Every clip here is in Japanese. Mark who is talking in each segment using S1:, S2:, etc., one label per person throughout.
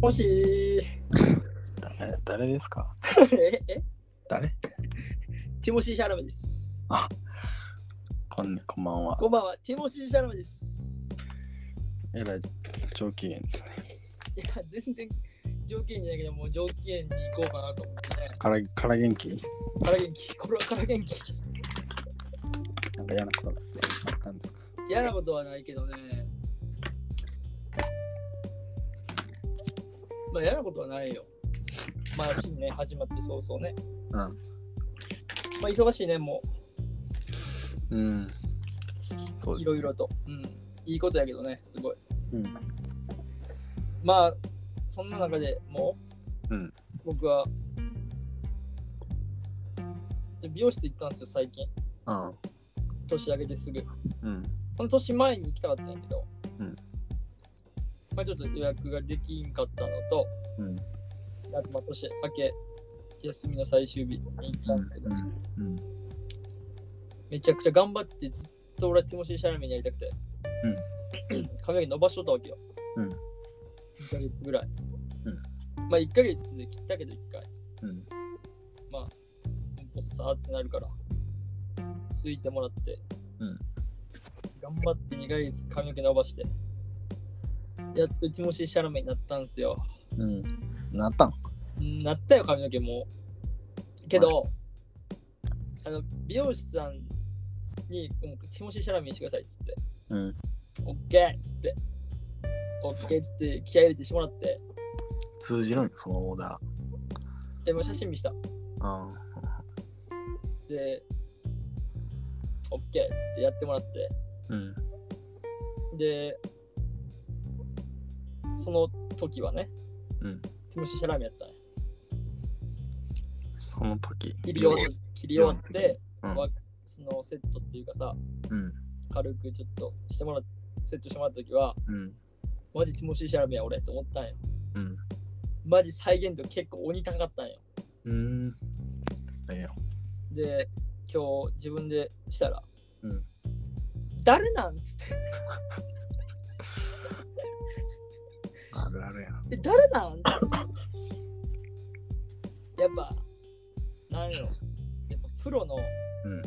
S1: もし
S2: 誰誰ですか
S1: ーええ
S2: 誰
S1: ティモシー・シャラメです。
S2: こんこんばんは。
S1: こんばんは、ティモシー・シャラメです。
S2: えらい上機嫌ですね。
S1: いや、全然条件じゃないけど、もう条件に行こうかなと思ってね。
S2: からから元気
S1: から元気、これはから元気。
S2: なんか嫌なことあったんですか
S1: 嫌なことはないけどね。まあ嫌なことはないよ。まあ新年始まって早々ね。まあ忙しいね、も
S2: うん。うん。そうう
S1: い
S2: です、
S1: ろいろと。うん。いいことやけどね、すごい。
S2: うん。
S1: まあそんな中でもう、
S2: うん
S1: 僕はで美容室行ったんですよ最近
S2: うん。
S1: 年明けてすぐ
S2: うん。
S1: この年前に行きたかったんやけど、
S2: うん
S1: まあちょっと予約ができんかったのと
S2: うん。
S1: あとまあ年明け休みの最終日に行ったんですけど、
S2: うん。
S1: めちゃくちゃ頑張ってずっと俺はティモシー・シャラメにやりたくて、 髪の毛伸ばしとったわけよ、
S2: うん
S1: 1ヶ月ぐらい、
S2: うん
S1: まあ1ヶ月で切ったけど1回
S2: うん。
S1: ボッサーってなるから、ついてもらって、
S2: うん
S1: 頑張って2ヶ月髪の毛伸ばして、やっとティモシー・シャラメになったんすよ。
S2: うん。なったん
S1: うんなったよ、髪の毛もう。けど、あの美容師さんにもうティモシー・シャラメにしてくださいっつって、
S2: うん。
S1: オッケーっつって、オッケーっつって気合い入れてしてもらって、
S2: 通じるんよそのオーダ
S1: でもう写真見した。
S2: ー。うん。
S1: で、オッケーっつってやってもらって、
S2: うん。
S1: で、その時はね、
S2: うん
S1: ティモシー・シャラメやったね。
S2: その時。
S1: 切り終わって、切り終わって、
S2: うん
S1: わそのセットっていうかさ、
S2: うん。
S1: 軽くちょっとしてもらっセットしてもらった時は、
S2: うん。
S1: マジティモシー・シャラメや俺と思ったんよ。
S2: うん。
S1: マジ再現度結構鬼高かったんよ。
S2: うん。ええよ。
S1: で、今日自分でしたら、
S2: うん
S1: 誰なんつって、
S2: あるあるやん。
S1: え誰なんやっぱ、なんよ、やっぱプロの
S2: うん。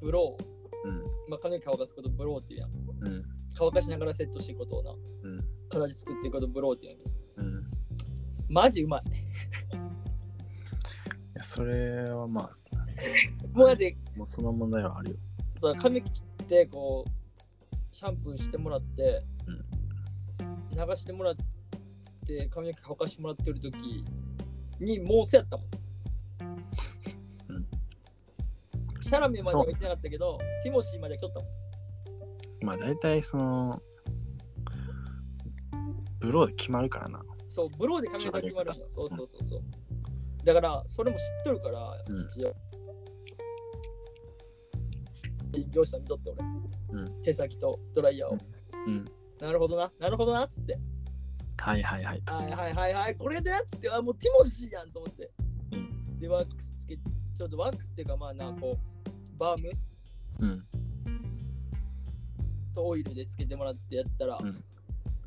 S1: ブロー、
S2: うん。
S1: まあ、髪の毛乾かすことブローっていうやん。
S2: うん。
S1: 乾かしながらセットしていくことをな、
S2: うん。
S1: 形作っていくことブローっていうんやけど、
S2: うん。
S1: マジうまい。
S2: いやそれはまあ、
S1: もうやで、
S2: もうその問題はあるよ。
S1: さ、髪切って、こう、シャンプーしてもらって、
S2: うん
S1: 流してもらって、髪の毛乾かしてもらってる時に、もうせやったもん。
S2: うん
S1: シャラメまでは行ってなかったけど、ティモシーまでは来とったもん。
S2: まあ大体その、ブローで決まるからな。
S1: そう、ブローで髪型決まるんだ。そうそうそうそう。だから、それも知っとるから、
S2: うん
S1: 一応。業者見とって俺、
S2: うん
S1: 手先とドライヤーを、
S2: うん。
S1: なるほどな、なるほどなっつって、
S2: はいはいはい。
S1: はいはいはいはい、これでっつって、あもうティモシーやんと思って、
S2: う
S1: で、ワックスつけ、ちょっとワックスっていうか、まあなんかこう、バーム
S2: うん。
S1: とオイルでつけてもらってやったら、
S2: うん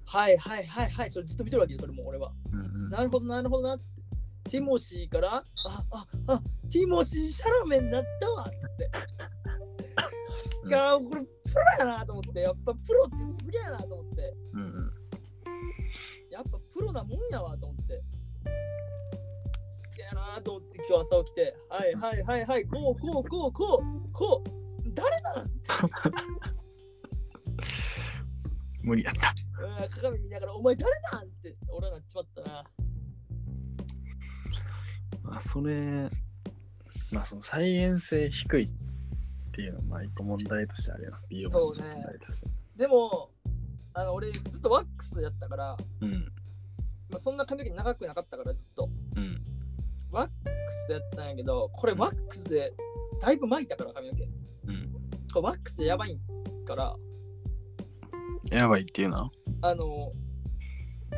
S1: はいはいはいはい、それずっと見とるわけよ、それも俺は。
S2: うんうん。
S1: なるほど、なるほどな、つって。ティモシーから、あ、あ、あ、ティモシー・シャラメになったわ、つって。
S2: うん
S1: いやーこれプロやなと思って、やっぱプロってすげえなと思って、
S2: うんうん。
S1: やっぱプロなもんやわと思って。すげえなと思って、今日朝起きて、はいはいはいはい、こうこうこうこう、こう、誰なん
S2: 無理やった。
S1: うん鏡見ながら、お前誰なんって、俺はなっちまったな。
S2: まあそれ、まあその再現性低いっていうのは、まあ一個問題としてあるよな。美容
S1: そう
S2: 師
S1: ね
S2: の問題として。
S1: でも、あの俺、ずっとワックスやったから、
S2: うん。
S1: まあ、そんな髪の毛長くなかったから、ずっと。
S2: うん。
S1: ワックスでやったんやけど、これワックスでだいぶ巻いたから髪の毛。
S2: うん
S1: これワックスでやばいから、
S2: やばいっていうな。
S1: あの、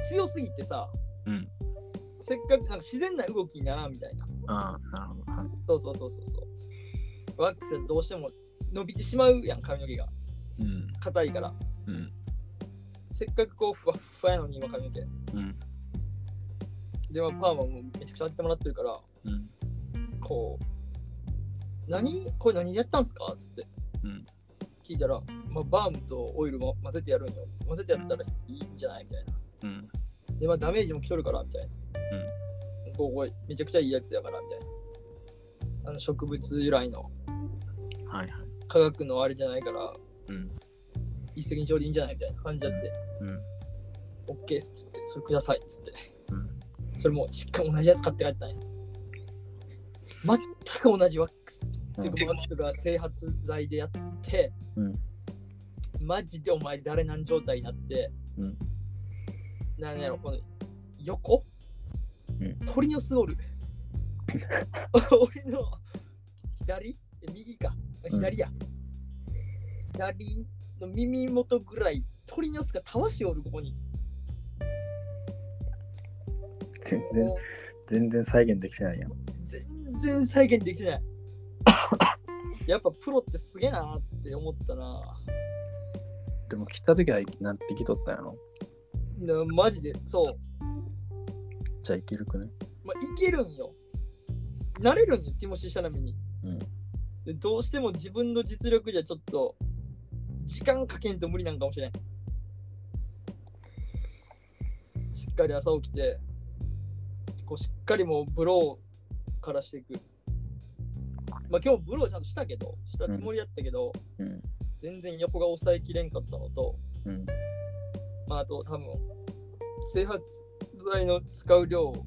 S1: 強すぎてさ、
S2: うん
S1: せっかくなんか自然な動きにならんみたいな。
S2: ああ、なるほど。はい
S1: そうそうそうそうそう。ワックスでどうしても伸びてしまうやん、髪の毛が。
S2: うん。
S1: 硬いから。
S2: うん。
S1: せっかくこう、ふわっふわやのに今髪の毛。
S2: うん。
S1: ではパーマもめちゃくちゃ当ててもらってるから
S2: うん。
S1: こう「何これ何でやったんすか?」っつって
S2: うん。
S1: 聞いたら、まあ、バームとオイルも混ぜてやるんよ混ぜてやったらいいんじゃないみたいな
S2: うん。
S1: で、まあ、ダメージも来とるからみたいな。うん。こうこれめちゃくちゃいいやつやからみたいな。あの植物由来の
S2: はいはい。
S1: 科学のあれじゃないから、
S2: うん。
S1: 一石二鳥でいいんじゃないみたいな感じやって、
S2: うん。
S1: オッケーっつって、それくださいっつって。
S2: うん。
S1: それもしっかり同じやつ買って帰ったんや。全く同じワックスっていうかワックスが整髪剤でやって、
S2: うん
S1: マジでお前誰なん状態になって、
S2: うん
S1: なんやろこの横、
S2: うん
S1: 鳥の巣お る俺の左え右か
S2: ん
S1: 左や、左の耳元ぐらい鳥の巣が魂おるここに
S2: 全然、
S1: もう
S2: 全然再現できてないやん。
S1: 全然再現できて ないやっぱプロってすげえなって思ったな
S2: でも切った時はなってきとったやろ。
S1: なマジでそう、
S2: じゃあいけるくね。
S1: まあ、いけるんよなれるんよティモシー・シャラメに、
S2: うん
S1: でどうしても自分の実力じゃちょっと時間かけんと無理なんかもしれんしっかり朝起きてこうしっかりもうブローからしていくまあ今日ブローちゃんとしたけどしたつもりやったけど、
S2: うん。
S1: 全然横が抑えきれんかったのと、
S2: うん。
S1: まあ、あと多分、整髪剤の使う量が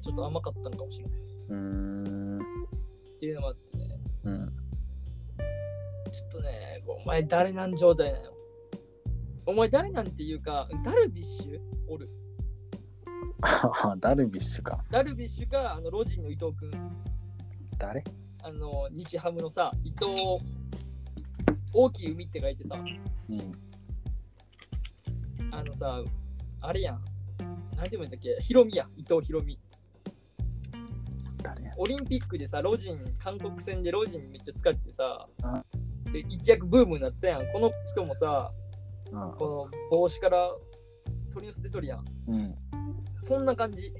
S1: ちょっと甘かったのかもしれないっ
S2: うーん。
S1: ていうのもあってね、
S2: うん。
S1: ちょっとね、こうお前誰なん状態なのお前誰なんていうか、ダルビッシュおる。
S2: あダルビッシュか。
S1: ダルビッシュか、あの、ロジンの伊藤君、
S2: 誰
S1: あの、日ハムのさ、伊藤、大きい海って書いてさ、
S2: うん。
S1: あのさ、あれやん、なんて言うんだっけ、ヒロミや、伊藤ヒロミ。
S2: 誰や
S1: オリンピックでさ、ロジン、韓国戦でロジンめっちゃ使ってさ
S2: あ、
S1: で一躍ブームになったやん。この人もさ、
S2: あ
S1: この帽子から取り寄せてとるやん。
S2: うん。
S1: そんな感じ。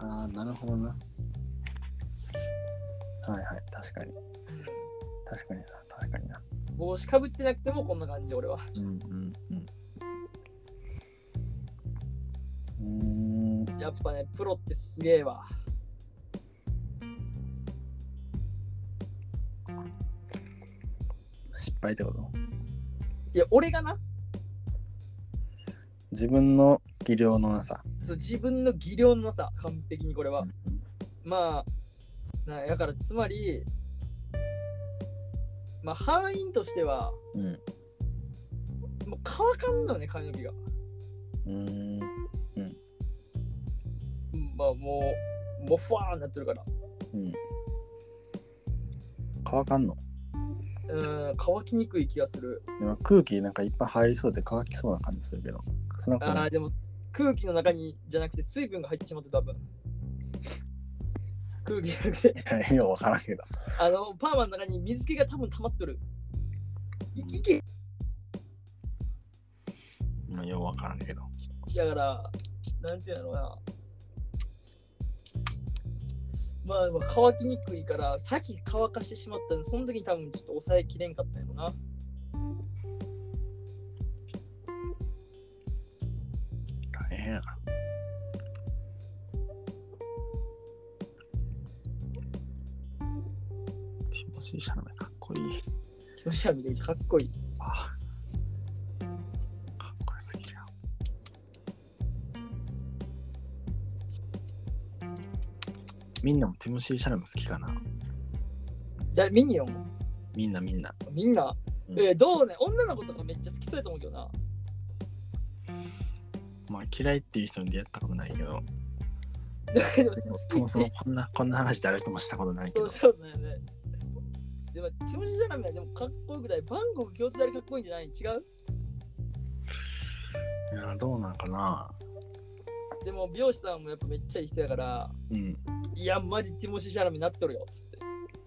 S2: ああ、なるほどな。はいはい。確かに。確かにさ。確かにな。
S1: 帽子かぶってなくてもこんな感じ、俺は。
S2: うんうんうん。うーん。
S1: やっぱね、プロってすげえわ。
S2: 失敗ってこと
S1: いや、俺がな、
S2: 自分の技量のなさ。
S1: そう自分の技量のさ、完璧にこれは。まあ、なだからつまり、まあ、範囲としては、
S2: うん。
S1: もう乾かんのよね、髪の毛が。
S2: うん。
S1: まあもう、もうふわーになってるから。
S2: うん。乾かんの
S1: うん、乾きにくい気がする。
S2: でも空気なんかいっぱい入りそうで乾きそうな感じするけど。そんなこと
S1: あ
S2: な
S1: あ、
S2: い。
S1: でも空気の中にじゃなくて水分が入ってしまって多分。空気じゃなくて、
S2: ようわからんけど。
S1: あの、パーマの中に水気が多分溜まってる。いいけ
S2: まあ、ようわからんけど。
S1: だから、なんていうのな。まあ、まあ乾きにくいから、さっき乾かしてしまったんで、その時に多分ちょっと抑えきれんかったんやろな。
S2: 大変やな。ティモシー・シャラメかっこいい。
S1: 気持ち悪いみたいにかっこいい。
S2: あかっこよすぎるよ。みんなもティモシー・シャラメ好きかな
S1: じゃあ、ミニオン
S2: みんなみんな。
S1: みんな、
S2: うん
S1: えーどうね女の子とかめっちゃ好きそうやと思うけどな。
S2: まあ嫌いっていう人に出会ったことないけど、
S1: だけど、
S2: でも
S1: 好
S2: そも
S1: き
S2: そ
S1: っ
S2: も
S1: て
S2: こんなこんな話誰ともしたことないけ
S1: そ
S2: ど
S1: う、そうだよね。でも、気持ちじゃなはでもかっこよくない。バンコク共通であれかっこいいんじゃない違う
S2: いやどうなんかな
S1: でも、美容師さんもやっぱめっちゃいい人やから、
S2: うん。
S1: いや、マジティモシー・シャラメなっとるよ、つって。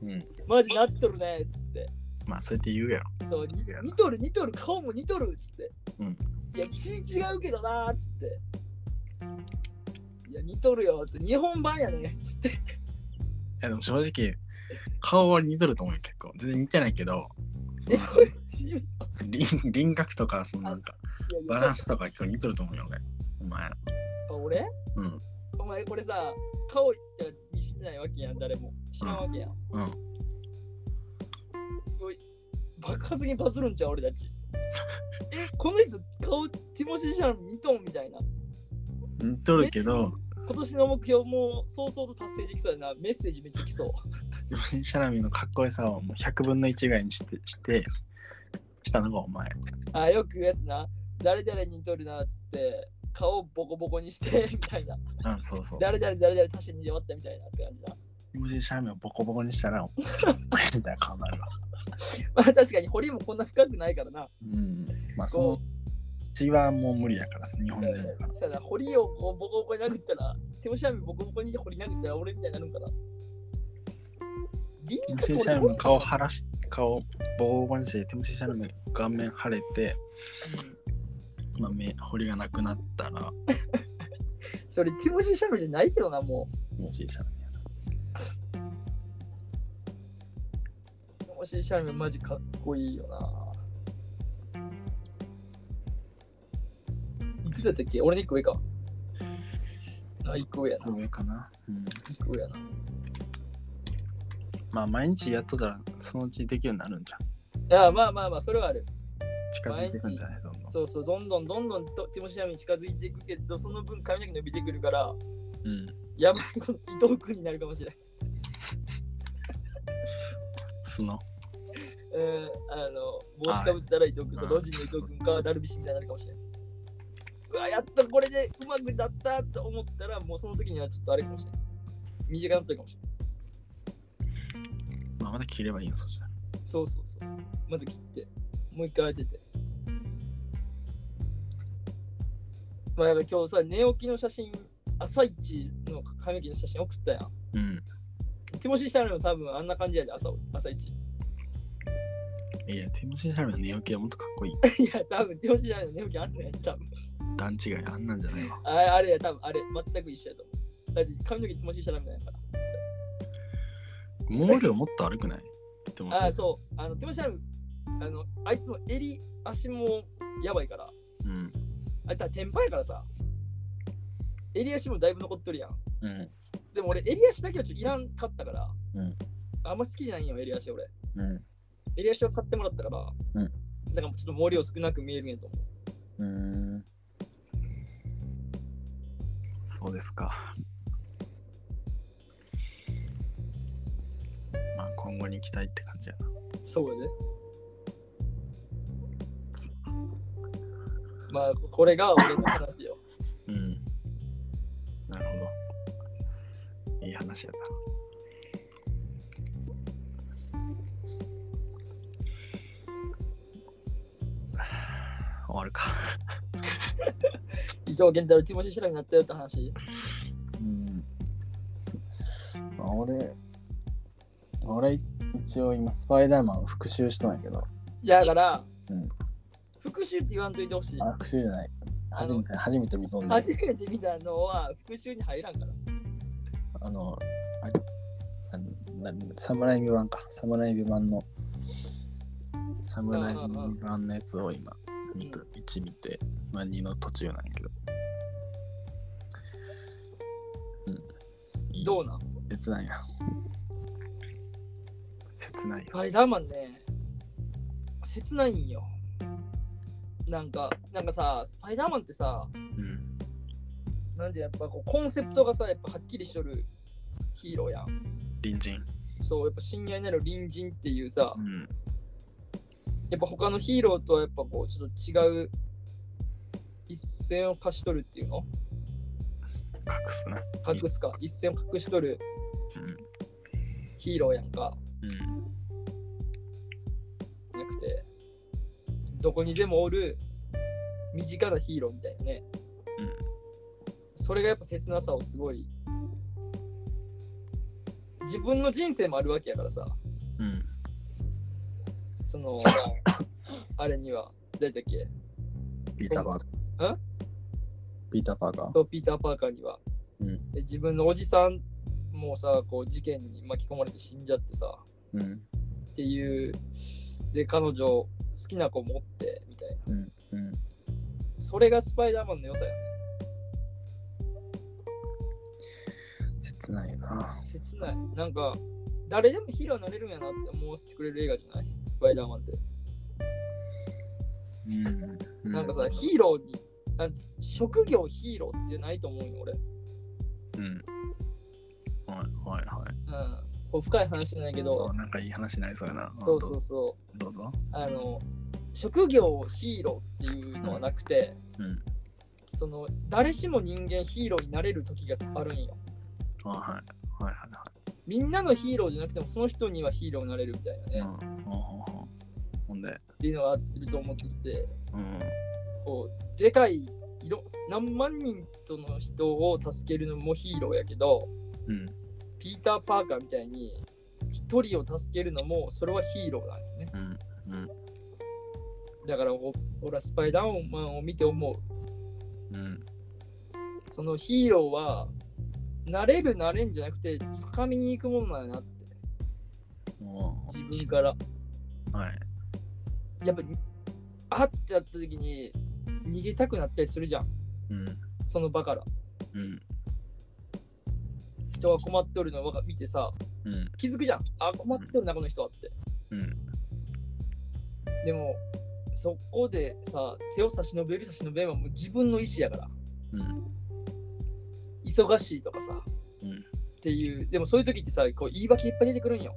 S2: うん。
S1: マジなっとるね、つって。
S2: まあそうやって言うやろ。
S1: そうに似とる、似とる、顔も似とる、つって。
S2: うん
S1: いや、血違うけどな、つって。いや、似とるよ、つって日本版やね、つって。
S2: やでも正直顔は似とると思うよ結構全然似てないけどそ
S1: え
S2: の
S1: これチーム
S2: 輪 輪郭とかそのなんか
S1: いやいや
S2: バランスとか結構似とると思うよ俺お前ら
S1: あ俺
S2: うん
S1: お前これさ、顔いや見しないわけやん、誰も。知らんわけやん。
S2: うん
S1: おい爆発にバズるんじゃん、俺たち。え、この人、顔、ティモシー・ジャン似とんみたいな。
S2: 似とるけど
S1: 今年の目標もう早々と達成できそうやな。メッセージめっちゃ来そう。
S2: ヨシン・シャラミのかっこよさをもう100分の1ぐらいにしてしてしたのがお前
S1: あ、よく言うやつな。誰々に似とるな、つって。顔ボコボコにして、 みたいな。
S2: うんそうそう
S1: 誰々誰々他者に似てわったみたいなって感じな。
S2: ヨシン・シャラミをボコボコにしたらみ たいな顔になるわ
S1: まあ確かに堀もこんな深くないからな。
S2: うんまあそ
S1: こ
S2: の血はもう無理やからさ日本人だから
S1: う、そうやな堀をこうボコボコに殴ったら、手押し網ボコボコに堀殴ったら俺みたいになるんかな。リ
S2: ティ
S1: ン
S2: ム
S1: ク
S2: シー・シャラミの顔腫らし顔ボコボコにしてティムシー・シャラミの顔面腫れて、まあ、目彫りがなくなったら
S1: それ、ティモシー・シャムじゃないけどな、も
S2: ティムシー・シャラミやな
S1: う。ティモシー・シャムマジかっこいいよな。いくつだったっけ俺に1個上か。あ、1個上やな。
S2: 上かな、うん、
S1: 1個上やな。
S2: まあ毎日やっとったらそのうちできるようになるんじゃん
S1: あまあまあまあ、それはある。
S2: 近づいてくんじゃないどんどん
S1: そうそう、どんどんどんどんとティモシー・シャムに近づいていくけど、その分髪の毛伸びてくるから、
S2: うん
S1: やばいこと、伊藤君になるかもしれない。
S2: その
S1: えー、あの帽子かぶったら伊藤君、
S2: はい
S1: そうロジンの伊藤君かダルビッシュみたいになるかもしれない。うわ、やっとこれでうまくなったと思ったら、もうその時にはちょっとあれかもしれない。短くなってるかもしれない。
S2: まあ、まだ切ればいいよ、そしたら。
S1: そうそうそう。まず切って、もう一回当てて。まあ、やっぱ今日さ、寝起きの写真、朝一の髪の毛の写真送ったやん。
S2: うん。
S1: 気持ちしたのも多分あんな感じやで、朝朝一。
S2: いや、ティモシー・シャラミの寝起きはもっとかっこいい。
S1: いや、多分気持ちしたの寝起きあんねん、多分。
S2: 段違い、あんなんじゃないわ。
S1: あれあれや、多分あれ、全く一緒やと思う。だって髪の毛つましいしちゃダメだから。
S2: 毛量もっと悪くないティモシ
S1: ああ、
S2: ー。
S1: そう。あの、手もしゃあの、あいつも襟、足もやばいから。
S2: うん。
S1: あいつはテンパやからさ。襟足もだいぶ残っとるやん。
S2: うん。
S1: でも俺、襟足だけはちょっといらんかったから。
S2: うん
S1: あんま好きじゃないよ、襟足俺。
S2: う
S1: 襟足を買ってもらったから。
S2: うん
S1: だからちょっと毛量少なく見えるんやと思う。
S2: ん。うん。そうですか。まあ、今後に期待って感じやな。
S1: そうやで。まあ、これが俺の話よ。
S2: うん。なるほど。いい話やな。終わるか。
S1: 伊藤源太郎、ティモシー・シャラミになったよって話。
S2: うん。まあ、俺、俺一応今スパイダーマンを復習したんやけど、
S1: いや、だから、
S2: うん
S1: 復習って言わんといてほしい。
S2: あ、復習じゃない。
S1: あ
S2: 初め
S1: の
S2: て、初めて見とんで、
S1: 初めて見たのは復習に入らんから。
S2: あの、あれ、あのなサムライビ版か。サムライビ版の、サムライビ版のやつを今、見と1見て、今2の途中なんやけど。うん。いい
S1: どうなん
S2: 切ないな。切ない
S1: ス
S2: よ。
S1: パイダーマンね、切ないんよ。なんか、なんかさ、スパイダーマンってさ、
S2: うん。
S1: なんでやっぱこうコンセプトがさ、やっぱはっきりしとるヒーローやん。
S2: 隣人。
S1: そう、やっぱ親愛なる隣人っていうさ
S2: う、ん。
S1: やっぱ他のヒーローとはやっぱこう、ちょっと違う一線を貸しとるっていうの
S2: 隠すな。
S1: 隠すか、一線を隠しとる
S2: う
S1: ヒーローやんか。
S2: ん。うん。
S1: なくてどこにでもおる身近なヒーローみたいなね、
S2: うん
S1: それがやっぱ切なさをすごい自分の人生もあるわけやからさ
S2: うん。
S1: そ のあれには出てけ
S2: ピーターパーカー。
S1: ん
S2: ピーターパーカー。
S1: とピーター・パーカーには
S2: うん
S1: で自分のおじさんもさこう事件に巻き込まれて死んじゃってさ
S2: うん
S1: っていうで彼女好きな子持ってみたいな
S2: うんうん
S1: それがスパイダーマンの良さやね
S2: 切ないな
S1: 切ないなんか誰でもヒーローになれるんやなって思わせてくれる映画じゃないスパイダーマンって
S2: うん
S1: なんかさ、ヒーローになんつ職業ヒーローってないと思うよ俺、うん、
S2: うんはいはいはい
S1: こう深い話じゃないけど
S2: あなんかいい話になりそうやな
S1: そうそううそ
S2: どうぞ
S1: うあの職業ヒーローっていうのはなくて、
S2: うん
S1: その誰しも人間ヒーローになれる時があるんよ
S2: あはいはいはいは
S1: みんなのヒーローじゃなくてもその人にはヒーローになれるみたいないね、
S2: うん
S1: っ
S2: ほんほんほんほんで
S1: ていうのがあってると思ってて
S2: うん
S1: こうでかい色何万人との人を助けるのもヒーローやけど
S2: うん
S1: ピーター・パーカーみたいに一人を助けるのもそれはヒーローなんよね
S2: うんうん
S1: だからお俺はスパイダーマンを見て思う
S2: うん
S1: そのヒーローはなれるなれんじゃなくて掴みに行くものなんやなって
S2: も
S1: 自分から
S2: うはい
S1: やっぱあってなった時に逃げたくなったりするじゃん
S2: うん
S1: その場から
S2: うん
S1: 人が困っとるのを見てさ
S2: うん
S1: 気づくじゃんあ困っとるなこの人はって
S2: うん
S1: でもそこでさ手を差し伸べる差し伸べんはもう自分の意思やから
S2: うん
S1: 忙しいとかさ、
S2: うん
S1: っていうでもそういう時ってさこう言い訳いっぱい出てくるんよ、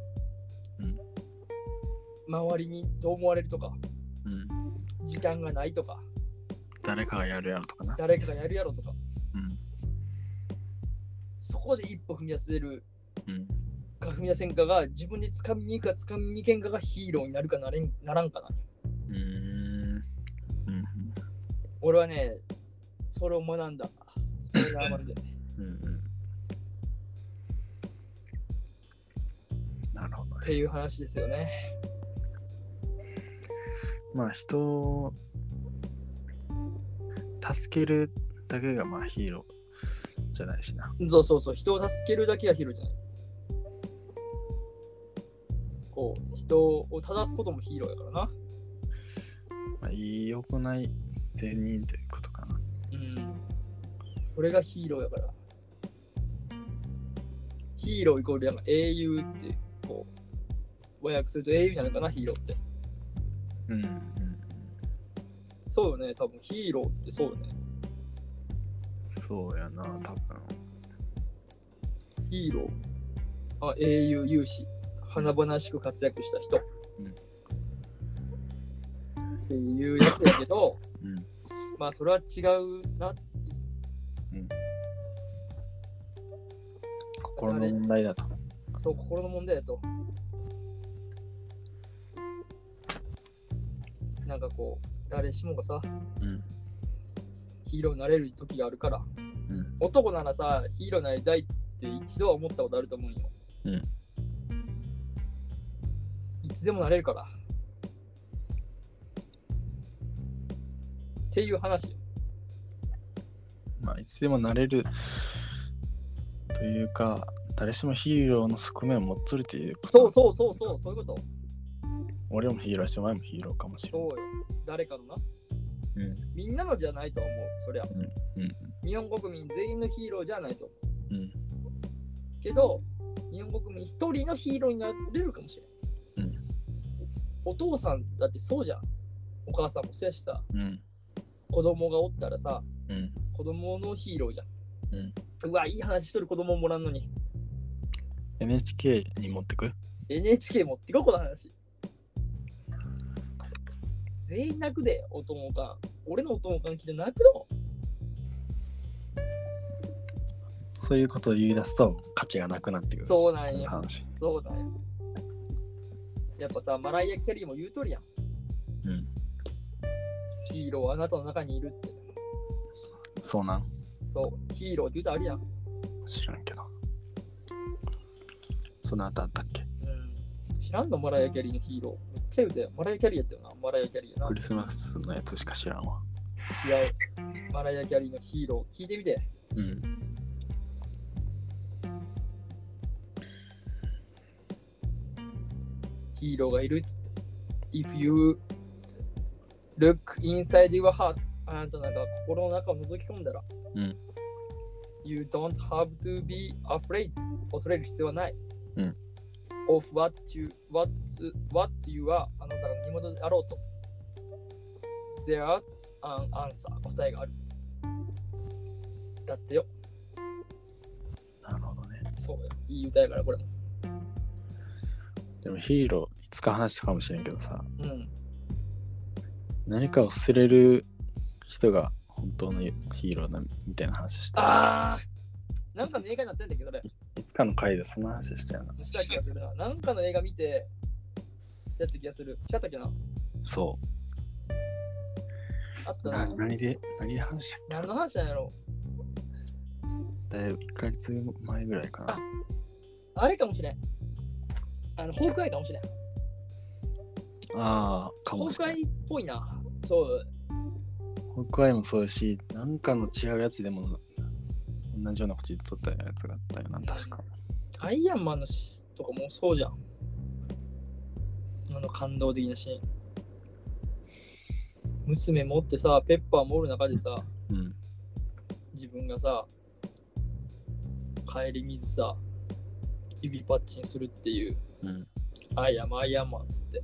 S2: うん
S1: 周りにどう思われるとか
S2: うん
S1: 時間がないとか
S2: 誰かがやるやろとかな
S1: 誰かがやるやろとか
S2: うん
S1: そこで一歩踏み出せる
S2: うん
S1: か踏み出せんかが自分で掴みに行くか掴みに行けんかがヒーローになるかなれんならんかな
S2: うーんうん
S1: 俺はねそれを学んだスパイダーマンで
S2: うんうんなるほど
S1: っ
S2: ね
S1: ていう話ですよね
S2: まあ人を助けるだけがまあヒーローじゃないしな
S1: そうそうそう、人を助けるだけがヒーローじゃない。こう、人を正すこともヒーローやからな。
S2: まあ、良くない善人ということかな。
S1: うん。それがヒーローやから。ヒーローイコールなんか英雄って、こう、和訳すると英雄なのかな、ヒーローって。
S2: うん、うん。
S1: そうよね、多分ヒーローってそうよね。
S2: そうやな、多分。
S1: ヒーロー。あ、英雄、勇士。華々しく活躍した人。
S2: うん
S1: っていうやつやけど、
S2: うん。
S1: まあそれは違うなって
S2: 心の問題だと。
S1: そう心の問題だとなんかこう誰しもがさ
S2: うん。
S1: ヒーローになれる時があるから
S2: うん。
S1: 男ならさヒーローになりたいって一度は思ったことあると思うんよ
S2: うん
S1: いつでもなれるからっていう話よ
S2: まあ、いつでもなれるというか、誰しもヒーローの側面を持っとるということ。
S1: そうそうそうそうそういうこと
S2: 俺もヒーローやし、お前もヒーローかもしれ
S1: そ
S2: ないう
S1: よ誰かのな。
S2: うん
S1: みんなのじゃないとは思うそりゃ
S2: うん
S1: 日本国民全員のヒーローじゃないと思う
S2: うん
S1: けど日本国民一人のヒーローになれるかもしれん、
S2: うん
S1: おお父さんだってそうじゃんお母さんもそうやしさ
S2: うん
S1: 子供がおったらさ
S2: うん
S1: 子供のヒーローじゃん、
S2: うん
S1: わいい話しとる子供もらんのに
S2: NHK に持ってく
S1: NHK 持ってここの話全員泣くでお友かん俺のお友かん聞いて泣くの
S2: そういうことを言い出すと価値がなくなってくる。
S1: そうなん
S2: う
S1: や
S2: 話。
S1: そうだよやっぱさマライア・キャリーも言うとるやん
S2: うん。
S1: ヒーローはあなたの中にいるって
S2: そうなん。
S1: そう、ヒーローって言うとあるやん。
S2: 知らんけど。その後あったっけ
S1: うん、知らんのマライア・キャリーのヒーロー。めっちゃ言うてよ。マライア・キャリーやったよな。マライア・キャリーやな
S2: ク。リスマスのやつしか知らんわ。
S1: 違う。マライア・キャリーのヒーロー聞いてみて。
S2: うん。
S1: ヒーローがいるっつって。If you look inside your heart, あなたなんか心の中を覗き込んだら、
S2: うん、
S1: You don't have to be afraid. 恐れる必要はない。
S2: うん、
S1: of what you, what, what you are あなたが何者であろうと。There's an answer. 答えがある。だってよ。
S2: なるほどね。
S1: そうよ。いい歌やから、これも。
S2: でもヒーロー、いつか話したかもしれんけどさ、
S1: うん。
S2: 何かを捨てれる人が本当のヒーローだみたいな話した。
S1: あーなんかの映画になってんだけどね。
S2: いつかの回でその話したよな。
S1: した気がするな。なんかの映画見て、やった気がする。違ったっけな
S2: そ
S1: あった
S2: う。な
S1: な。
S2: 何で、何で話したっ
S1: 何の話なんやろ
S2: けだいぶ1ヶ月前ぐらいかな。
S1: あれかもしれん。あの、ホークアイかもしれん。
S2: ああー、か
S1: ホ
S2: も
S1: ー
S2: し
S1: ク
S2: れ
S1: ア
S2: ない。
S1: イっぽいな。そう。
S2: 僕はもそうやし、なんかの違うやつでも同じようなこと言っとったやつがあったよな、確か。
S1: アイアンマンのしとかもそうじゃん。あの感動的なシーン。娘持ってさ、ペッパーもおる中でさ、
S2: うん。
S1: 自分がさ、帰り水さ、指パッチンするっていう、
S2: うん。
S1: アイアンアイアンマンっつって。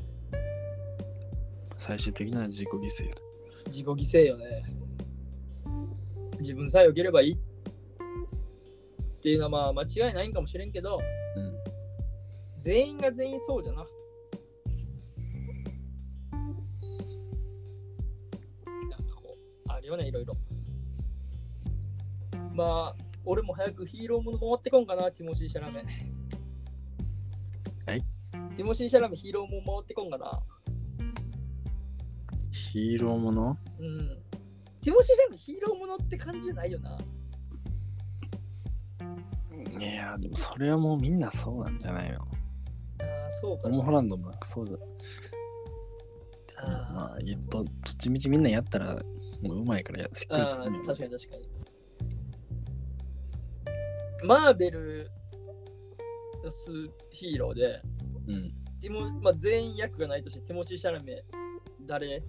S2: 最終的には自己犠牲やな
S1: 自己犠牲よね。自分さえ良ければいいっていうのはまあ間違いないんかもしれんけど、
S2: うん。
S1: 全員が全員そうじゃな。なんかこう、あるよね、いろいろ。まあ、俺も早くヒーローもの回ってこんかな、ティモシー・シャラメ。
S2: はい
S1: ティモシー・シャラメヒーローもの回ってこんかな。
S2: ヒーローもの
S1: うん。ティモシー・シャラメヒーローものって感じじゃないよな。
S2: いやーでもそれはもうみんなそうなんじゃないの
S1: ああ、そうか
S2: ト
S1: な。
S2: ム・ホランドもなんかそうだ
S1: あ
S2: まあえっとどっちみちみんなやったらもううまいからやしっ
S1: ーあ
S2: か
S1: ー、
S2: り
S1: 確かに確かに。マーベルのスヒーローで、
S2: うん
S1: ティモまあ、全員役がないとして、ティモシー・シャラメ、誰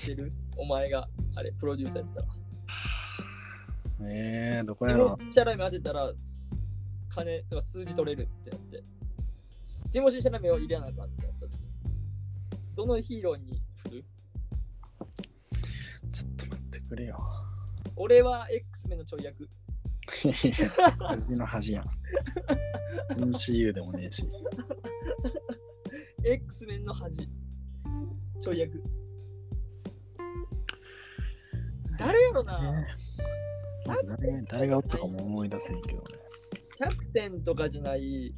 S1: 当てるお前が、あれ、プロデューサーやったら。
S2: えー、どこ
S1: テ
S2: や
S1: ィ
S2: ろ
S1: モシー・シャラメ当てたら、す金とか数字取れるってなって、すティモシー・シャラメを入れなあかんってなった時どのヒーローに振る
S2: うちょっと待ってくれよ
S1: 俺は X メンのちょい役。
S2: 端の端やん MCU でもねえし
S1: X メンの恥。ちょい役。誰やろな
S2: まず誰が誰がおったかも思い出せんけどね
S1: キャプテンとかじゃない。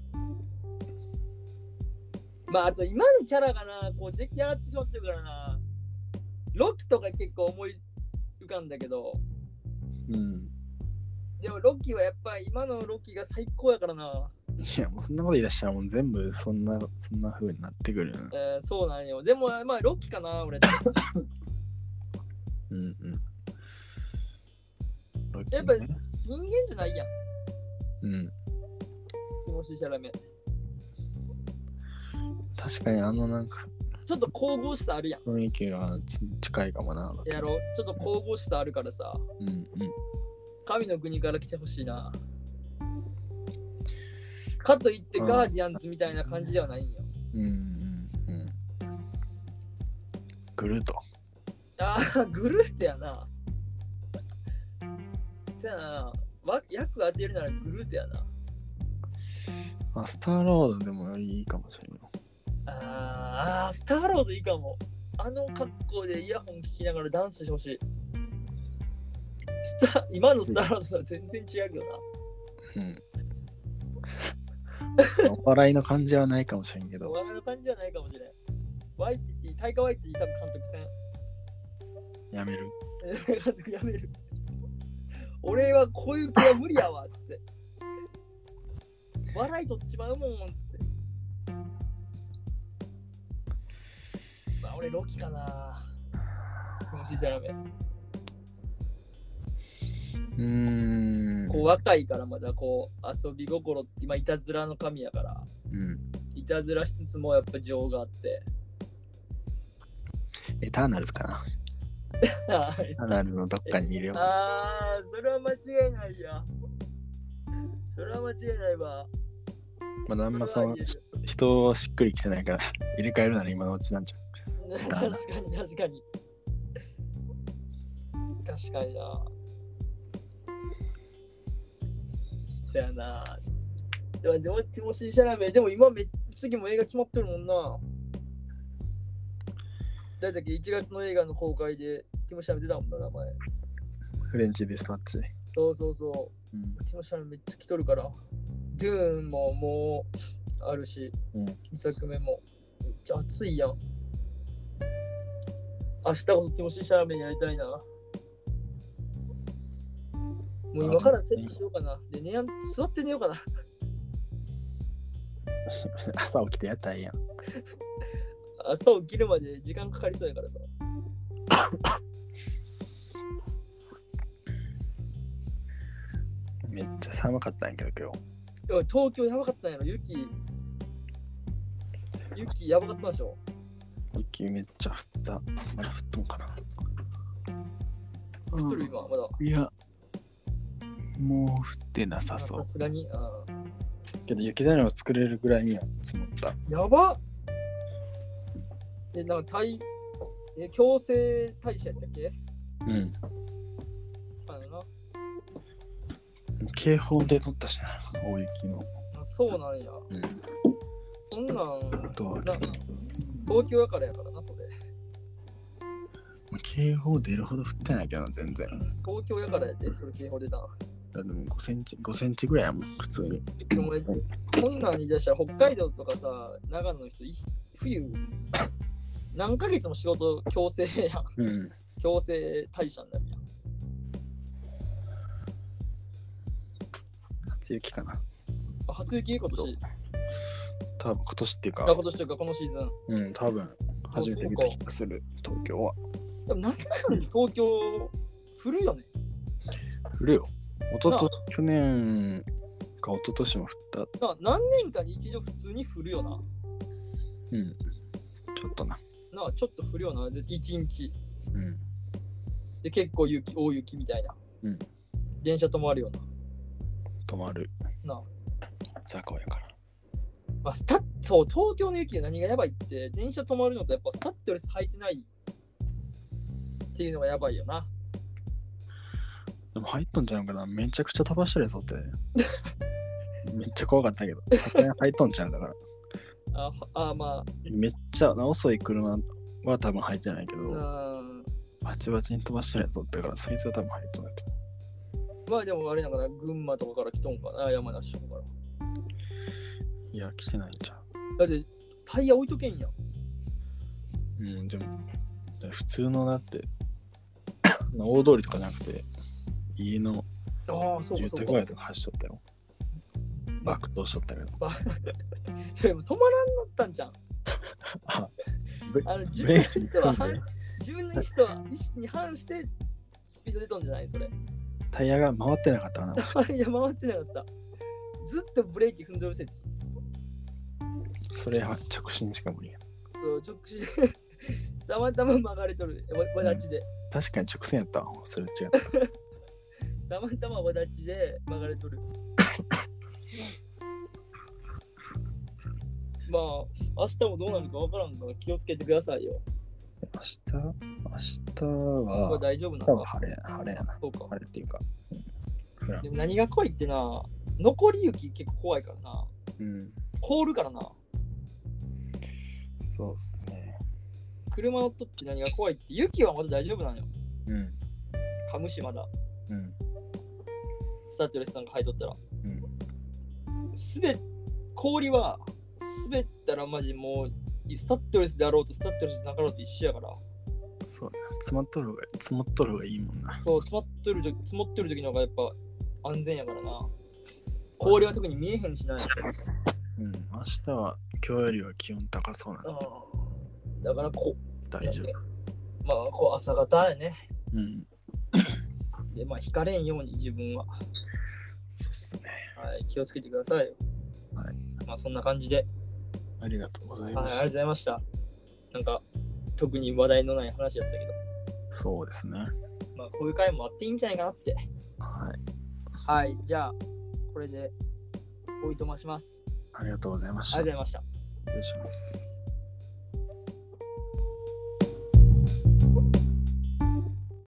S1: まあ、あと今のキャラがな、こう出来上がってしまってるからな。ロキとか結構思い浮かんだけど、
S2: うん
S1: でもロキはやっぱり今のロキが最高やからな。
S2: いやもうそんなこと言い出したらもう全部そんなそんな風になってくるよね
S1: えーそうなんよ。でも、まあ、ロキかな、俺。
S2: うんうんロッキ
S1: や
S2: ー
S1: っぱ
S2: ね
S1: り人間じゃないやん、
S2: うん
S1: 気持ちいいシャラメ。
S2: 確かにあのなんか
S1: ちょっと神々しさあるやん。
S2: 雰囲気がち近いかもな。
S1: やろちょっと神々しさあるからさ。
S2: うんうん。
S1: 神の国から来てほしいな。かといって
S2: うん
S1: ガーディアンズみたいな感じではないんよ。
S2: うんうんうん。ぐるっと。
S1: ああ、グルーテやな。じゃあな、わ役当てるならグルーテやな。
S2: まあ、スターロードでもよりいいかもしれない。
S1: あーあー、スターロードいいかも。あの格好でイヤホン聞きながらダンスしてほしい。スタ今のスターロードとは全然違うけどな。
S2: うん。お笑いの感じはないかもしれんけ
S1: お
S2: ど、
S1: 笑いの感じじゃないかもしれん。ワイティティ、タイガーワイティティ多分監督戦。
S2: やめる。
S1: 監督やめる。俺はこういう系は無理やわ、つって。笑いとっちまうもん、つって。まあ、俺、ロキかな。気持ちいいじゃなめ。
S2: うーん。
S1: こう、若いからまだこう、遊び心って、今、いたずらの神やから、
S2: うん。
S1: いたずらしつつもやっぱ情があ って。
S2: エターナルズかな。
S1: はい
S2: エターナルズのどっかにいるよ。
S1: ああ、それは間違いないや。それは間違いないわ。
S2: まだあんまその
S1: それは言
S2: 人をしっくりきてないから入れ替えるなら今のうちなんちゃ
S1: える確かに確かに。確かにな。そやな。でも、でも、ティモシー・シャラメ、でも今め、次も映画決まってるもんな。だって1月の映画の公開で、ティモシー・シャラメ出たもんな、名前。
S2: う。フレンチディスパッチ。
S1: そうそうそう。
S2: うん
S1: ティモシャラめっちゃ来とるから。ドゥーンももうあるし、
S2: うん
S1: 2作目も。めっちゃ暑いやん。明日こそティモシー・シャラメにやりたいな。もう今からセットしようかな。で、寝やん座って寝ようかな。
S2: 朝起きてやったらええやん。
S1: 朝起きるまで時間かかりそうやからさ。
S2: めっちゃ寒かったんやけど
S1: でも東京やばかったんやろ、雪。雪やばかったでしょ。
S2: 今日。雪めっちゃ降った。まだ降っとんかな。
S1: 降ってる今、まだ。
S2: いや、もう降ってなさそう
S1: さ。すがに。あ
S2: けど雪だるま作れるぐらいには積もった。
S1: やばっえ、なんか体、え、強制退社やったっけ
S2: うん。
S1: あのな
S2: 警報で撮ったしな、大雪の。
S1: あそうなんや。
S2: うん。
S1: そんなん、
S2: ドア
S1: な
S2: 開けて
S1: 東京やからやからな、それ。
S2: まあ警報出るほど降ってないけどな、全然。
S1: 東京やからやで、それ警報出たん。
S2: だってもう5センチ、5センチぐらいやもん、普通に。
S1: でもねこんなん言い出したら、北海道とかさ、長野の人、い冬、何ヶ月も仕事強制やん。
S2: うん。
S1: 強制退社になるやん。
S2: 初雪かな。
S1: あ初雪今年。
S2: 多分今年っていう
S1: あ、
S2: か、
S1: 今年というか、このシーズン。
S2: うん、多分初めて見た気がする、東京は。
S1: でも、なんだかんだ東京、降るよね。
S2: 降るよ。おとと去年か一昨年も降った。
S1: な何年かに一度普通に降るよな。
S2: うん。ちょっとな。
S1: なあちょっと降るよな、ぜ一日。
S2: うん。
S1: で、結構雪、大雪みたいな。
S2: うん
S1: 電車止まるよな。
S2: 止まる。
S1: なあ
S2: 雑魚やから。
S1: まあ、スタッそう、東京の雪で何がやばいって、電車止まるのとやっぱスタッドレス履いてないっていうのがやばいよな。
S2: でも入っとんじゃうんかな。めちゃくちゃ飛ばしてるやつお って。めっちゃ怖かったけど。さすがに入っとんちゃうんだから。
S1: あ、はあま
S2: めっちゃ遅い車は多分入ってないけ
S1: あ、う
S2: ど、
S1: ん。
S2: バチバチに飛ばしてるやつおったから、そいつは多分入っとんだと思
S1: まあでもあれだから、群馬とかから来とんかな、山梨とかか
S2: う。いや、来てないんちゃう。
S1: ら。だって、タイヤ置いとけんやん。
S2: うん、でも、普通のだって、 大通りとかじゃなくて、家の
S1: ああ、そうか
S2: 住
S1: そう
S2: 宅
S1: か。
S2: 街とか走っとったよ。爆 走しとったけど。
S1: それもう止まらんなったんじゃん。
S2: あ
S1: あの、自
S2: ブ
S1: 分
S2: レーキ
S1: では
S2: 踏んで
S1: 反自分の意思とは意思に反してスピード出とんじゃないそれ。
S2: タイヤが回ってなかったかな。
S1: あれ、いや回ってなかった。ずっとブレーキ踏んどる説。
S2: それは直進しか無理や。
S1: そう、直進。 たまたま曲がれとる。わわだちで。
S2: 確かに直線やったわ。それ違っ
S1: た
S2: た。
S1: またまわだちで曲がれ とる。まあ、明日もどうなるかわからんから気をつけてくださいよ。
S2: 明日、明日
S1: まあ
S2: は、
S1: 大丈夫な
S2: 多分
S1: のか。
S2: 晴れ、晴れやな。
S1: そうか。
S2: 晴れっていうか、うん。フラン
S1: でも何が怖いってな、残り雪結構怖いからな。
S2: うん。
S1: 凍るからな。
S2: そうっすね。
S1: 車乗っとって何が怖いって、雪はまだ大丈夫なのよ。
S2: うん。
S1: 噛むしまだ、
S2: うん。
S1: スタッドレスさんが履いとったら。
S2: うん。
S1: すべ、氷は滑ったらマジもう、スタッドレスであろうとスタッドレスなかろうと一緒やから。
S2: そうやな。詰まっとる方が、積もっとる方がいいもんな。
S1: そう、積もっとる時、積もってる時の方がやっぱ安全やからな。氷は特に見えへんしない。
S2: うん。明日は、今日よりは気温高そうな
S1: う
S2: の。
S1: んだからこ、
S2: 大丈夫。
S1: まあ、こう朝方やね。
S2: うん。
S1: で、まあ、引かれんように自分は。
S2: そうっすね。
S1: はい、気をつけてくださいよ。
S2: はい。
S1: まあそんな感じで、
S2: ありがとうござ
S1: は
S2: い
S1: い、あ
S2: ま
S1: り
S2: し
S1: がと
S2: た
S1: う。ございました。なんか、特に話題のない話だったけど、
S2: そうですね。
S1: まあ、こういう回もあっていいんじゃないかなって。
S2: はい。
S1: はい、じゃあ、これで、おいとまします。
S2: ありがとうございまし
S1: あ
S2: た。
S1: りがとうございました。
S2: 失礼します。